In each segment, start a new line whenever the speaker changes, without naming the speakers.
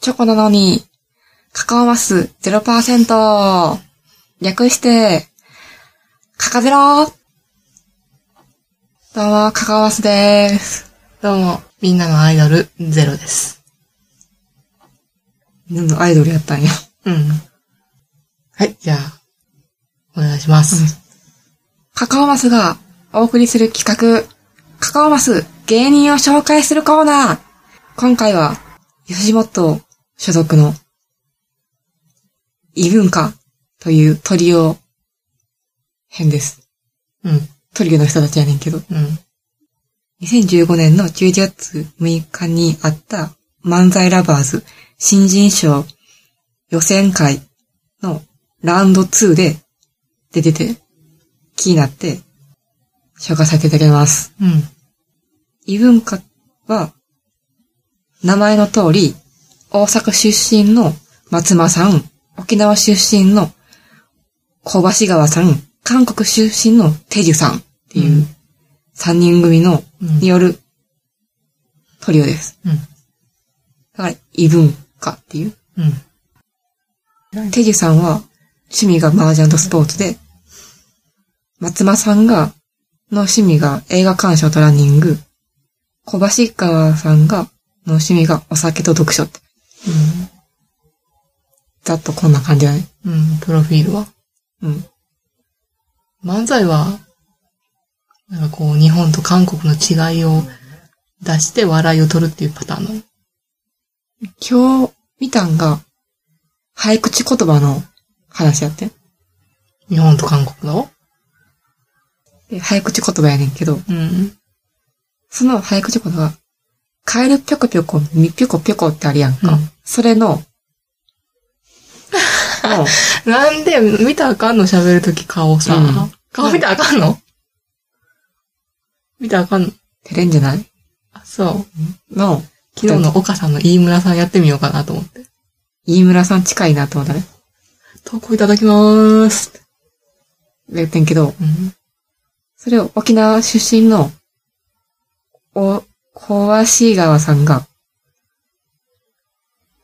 チョコなのに、カカオマス0%。略して、カカゼロどうも、カカオマスです。
どうも、みんなのアイドル、ゼロです。
うん、アイドルやったんや。
うん。はい、じゃあ、お願いします。
カカオマスがお送りする企画、カカオマス芸人を紹介するコーナー。今回は、吉本所属の、異文化というトリオ編です。
うん、
トリオの人たちやねんけど。
うん、
2015年の11月6日にあった漫才ラバーズ新人賞予選会のラウンド2で出てて気になって紹介させていただきます。
うん、
異文化は名前の通り大阪出身の松間さん、沖縄出身の小橋川さん、韓国出身のテジュさんっていう3人組の
うん、
によるトリオです。
うん、
だから、異文化っていう。
うん、
テジュさんは趣味が麻雀とスポーツで、松間さんが、の趣味が映画鑑賞とランニング、小橋川さんが、の趣味がお酒と読書って。ざっとこんな感じだね。
うん、うん、プロフィールは
うん。
漫才は、なんかこう、日本と韓国の違いを出して笑いを取るっていうパターンなの。
今日見たんが、早口言葉の話やってん
日本と韓国の
で早口言葉やねんけど、
うん、
その早口言葉が、カエルぴょこぴょこ、みぴょこぴょこってあるやんか。
うん
それ の、の
なんで、見たらあかんの喋るとき顔さ、
うん
顔見たらあかんの見たらあかんの
てれんじゃない
あ、そう。
の、
昨日の岡さんの飯村さんやってみようかなと思って。
飯村さん近いなと思ったね。
投稿いただきまーす。
言ってんけど、
うん。
それを沖縄出身の、お、小鷲川さんが、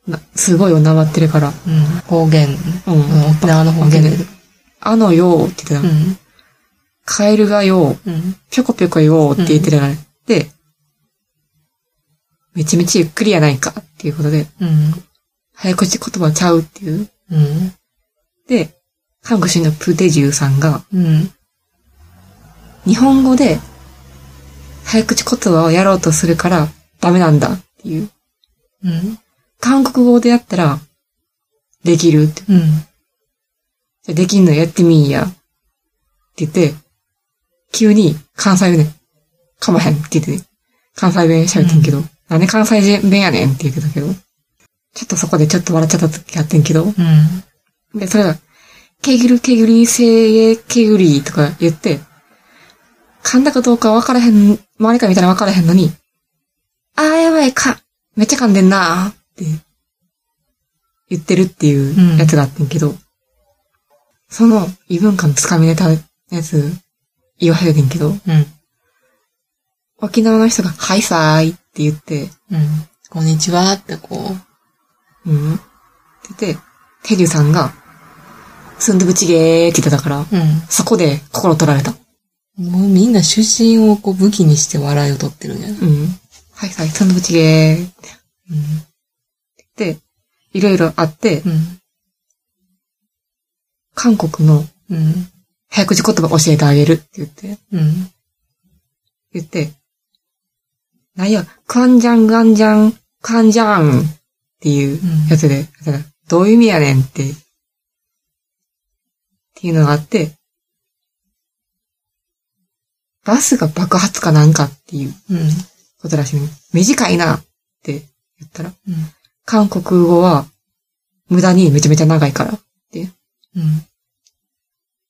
な、すごいおなまってるから、
うん。方言。
うん。
うん、沖縄の方言で。
あのよーって言ってた
う
の。
ん。
カエルがよー、
うん。
ぴょこぴょこよーって言ってるのね。で、めちめちゆっくりやないかっていうことで、
うん。
早口言葉ちゃうっていう。
うん。
で、韓国出身のプデジューさんが、
うん。
日本語で早口言葉をやろうとするからダメなんだっていう。
うん。
韓国語でやったら、できるって。
うん。
じゃあできんのやってみんや。って言って、急に関西弁ね、かまへんって言ってね。関西弁喋ってんけど、なんで関西人弁やねんって言ってたけど、ちょっとそこでちょっと笑っちゃった時あってんけど、
うん。
で、それが、けぐるけぐり、せいえけぐりとか言って、噛んだかどうかわからへん、周りから見たらわからへんのに、あーやばいか、めっちゃ噛んでんなーって言ってるっていうやつがあってんけど、その異文化のつかみネタのやつ言われてんけど、
うん。
沖縄の人がハイサーイって言って、
うん。こんにちはってこう。
うんって言って、テリューさんが、スンドゥブチゲーって言ってたから、
うん。
そこで心取られた。
もうみんな出身をこう武器にして笑いを取ってるんやな。
うん。はいはい、サンドブチゲーっ
うん。
て、いろいろあって、
うん。
韓国の
うん。
早口言葉教えてあげるって言って、
うん。
言って、なんや、クアンジャン、グアンジャン、クアンジャンっていうやつで、だからどういう意味やねんって、っていうのがあって、バスが爆発かなんかっていう
うん。
ことらしいね。短いなって言ったら、
うん。
韓国語は無駄にめちゃめちゃ長いから。
うん。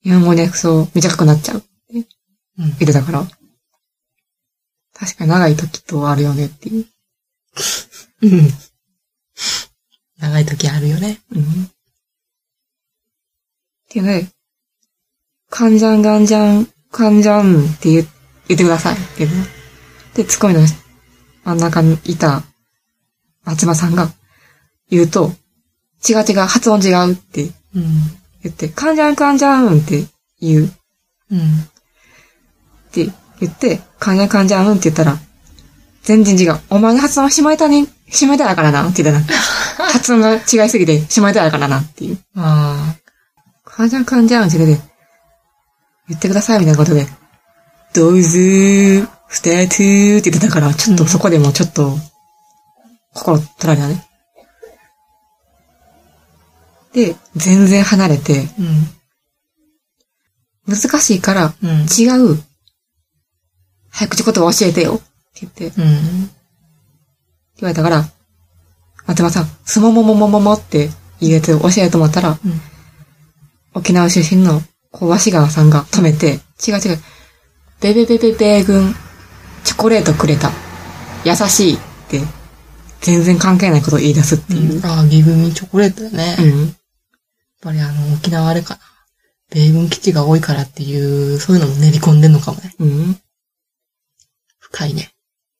日本語に訳すと短くなっちゃう。
うん。
言ってたから。確かに長い時とあるよねっていう。
うん。長い時あるよね。
うん。っていうので、カンジャンガンジャン、カンジャンって言う言ってくださいっていうので、ツッコミの真ん中にいた松間さんが、言うと、違う違う、発音違うって
うん。
言って、カンジャンカンジャンって言うっ
うん。
て言って、カンジャンカンジャンって言ったら、全然違う。お前の発音しまいたね、しまいたやからなって言ったら、発音が違いすぎてしまいたやからなっていう。
あ
カンジャンカンジャンって言って、言ってくださいみたいなことで、どうぞー、スタートーって言ってたから、ちょっとそこでもうちょっと、心取られたね。で、全然離れて、
あ。うん。
難しいから、
うん。
違う、早口言葉教えてよ、って言って、言
うん。
われたから、松山さん、すももももももって言えて教えようと思ったら、
うん
沖縄出身の小橋川さんが止めて、違う違う、ベベベベベー軍、チョコレートくれた、優しいって、全然関係ないことを言い出すっていう。
ああ、ギブミチョコレートだね。
う
やっ
ん。
ぱりあの、沖縄あれかな。米軍基地が多いからっていう、そういうのも練り込んでんのかもね。
うん。っ
深いね。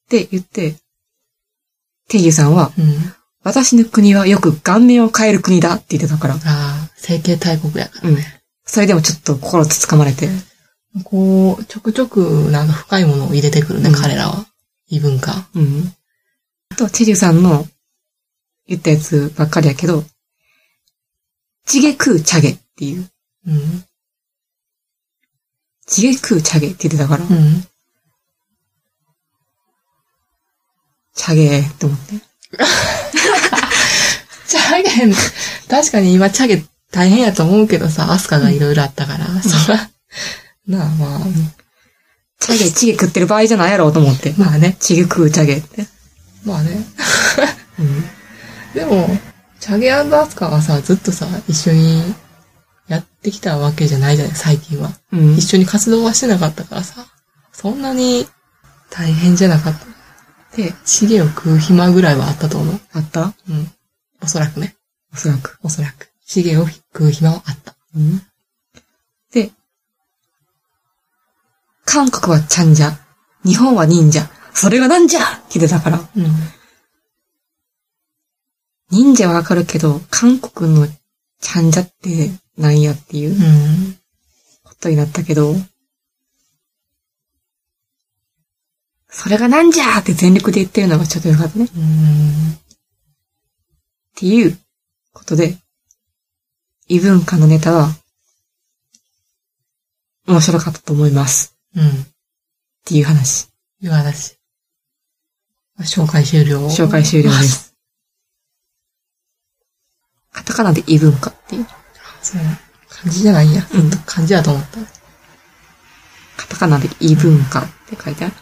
て言って、てゆさんは、
うん。
私の国はよく顔面を変える国だって言ってたから、
ああ、整形大国やから。
うん。それでもちょっと心つつかまれて。
こう、ちょくちょくなんか深いものを入れてくるね、
うん
彼らは。異文化。
うん。あと、チェジュさんの言ったやつばっかりやけど、チゲ食うチャゲっていう。
うん。
チゲ食うチャゲって言ってたから、
うん。
チャゲーって思って。
チャゲン、確かに今チャゲ大変やと思うけどさ、アスカがいろいろあったから、そら、 なあまあ、
チャゲ、チゲ食ってる場合じゃないやろうと思って。
まあね、
チゲ食うチャゲって。
まあね。
うん。
でも、チャゲアスカはさ、ずっとさ、一緒にやってきたわけじゃないじゃない、最近は。
うん
一。緒に活動はしてなかったからさ、そんなに大変じゃなかった。
で、
チゲを食う暇ぐらいはあったと思う。
あった
うん。おそらくね。
おそらく。
おそらく。チゲを食う暇はあった。
うん。で、韓国はちゃんじゃ、日本は忍者、それがなんじゃって言ってたから、
うん。
忍者はわかるけど、韓国のちゃんじゃってなんやっていう
うん。
ことになったけど、それがなんじゃーって全力で言ってるのがちょっとよかったね。っ
うん。
ていうことで、異文化のネタは、面白かったと思います。
うん。
っていう話。
いう話。紹介終了。
紹介終了です。カタカナで異文化っていう。
そう。漢字じゃないんや。
うん
漢字やと思った。
カタカナで異文化って書いてある。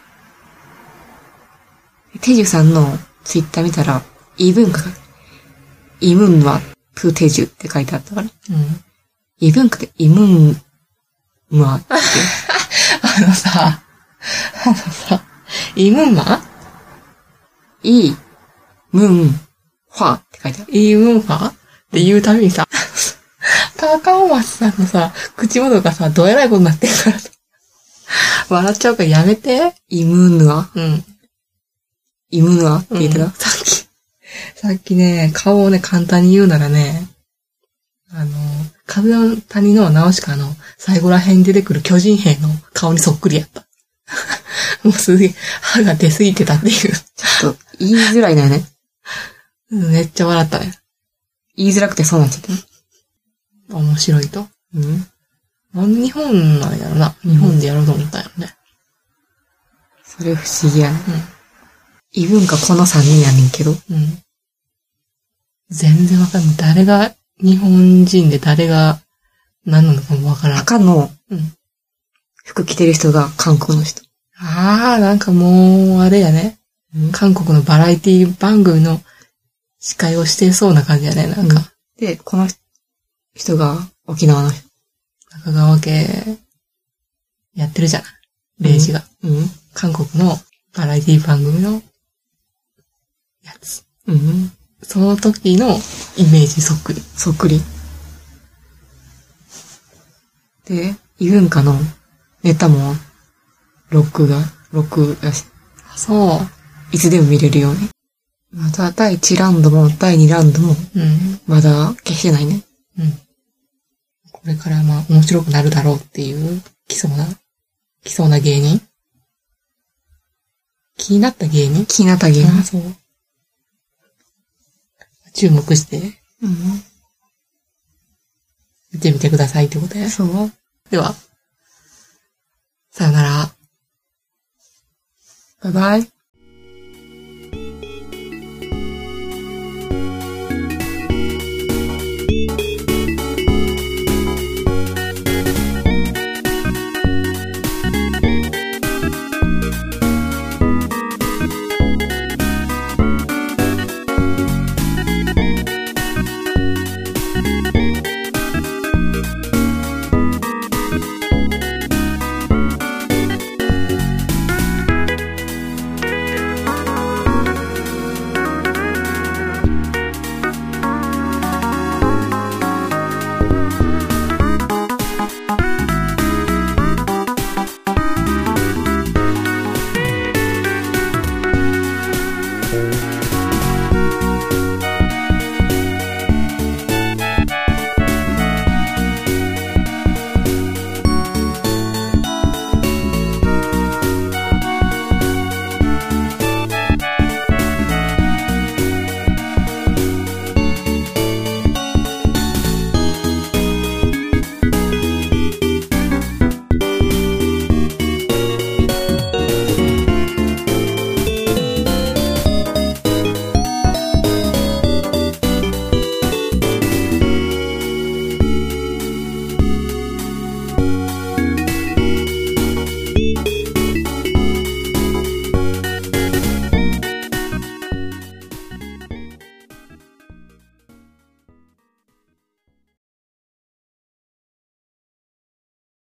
テジュさんのツイッター見たら、異文化が、異文はプーテジュって書いてあったから、
うん。
異文化で異文はって、
あのさ、あのさ、イムンマ
異文化って書いてある。
イムンファって言うたびにさ、高尾松さんのさ、口元がさ、どえらいことになってるからさ、笑っちゃうからやめて。
異文ヌア
うん。
異文ヌアって言って
うん
た。
さっき、さっきね、顔をね、簡単に言うならね、あの、風の谷のナウシカの最後ら辺に出てくる巨人兵の顔にそっくりやった。 もうすげえ、歯が出すぎてたってい
ちょっと言いづらいのよね。
う。うんめっちゃ笑ったね。
言いづらくてそうなっちゃったね。
面白いと。
うん。
なんで日本なんやろな。日本でやろうと思ったんやろね。
それ不思議やね。
うん
異文化この3人やねんけど、
うん。全然わかんない。誰が日本人で誰が何なのかもわからん。
赤の
うん
服着てる人が韓国の人。
ああ、なんかもう、あれやね。韓国のバラエティ番組の司会をしてそうな感じやね。なんか、
うんで、この人が沖縄の人。
中川家、やってるじゃない。レイジが。
うん。
韓国のバラエティ番組の、やつ。
うん。
その時のイメージそっくり。
そっくり。で、異文化のネタも、ロックが、ロックがし、
そう。
いつでも見れるように。まだ第1ラウンドも第2ラウンドも
うん。
まだ消してないね。
うん。これからまあ面白くなるだろうっていう、来そうな、来そうな芸人気になった芸人
気になったゲーム
あ。そう。注目して
うん。
見てみてくださいってことです。
そう。
では、さよなら。
バイバイ。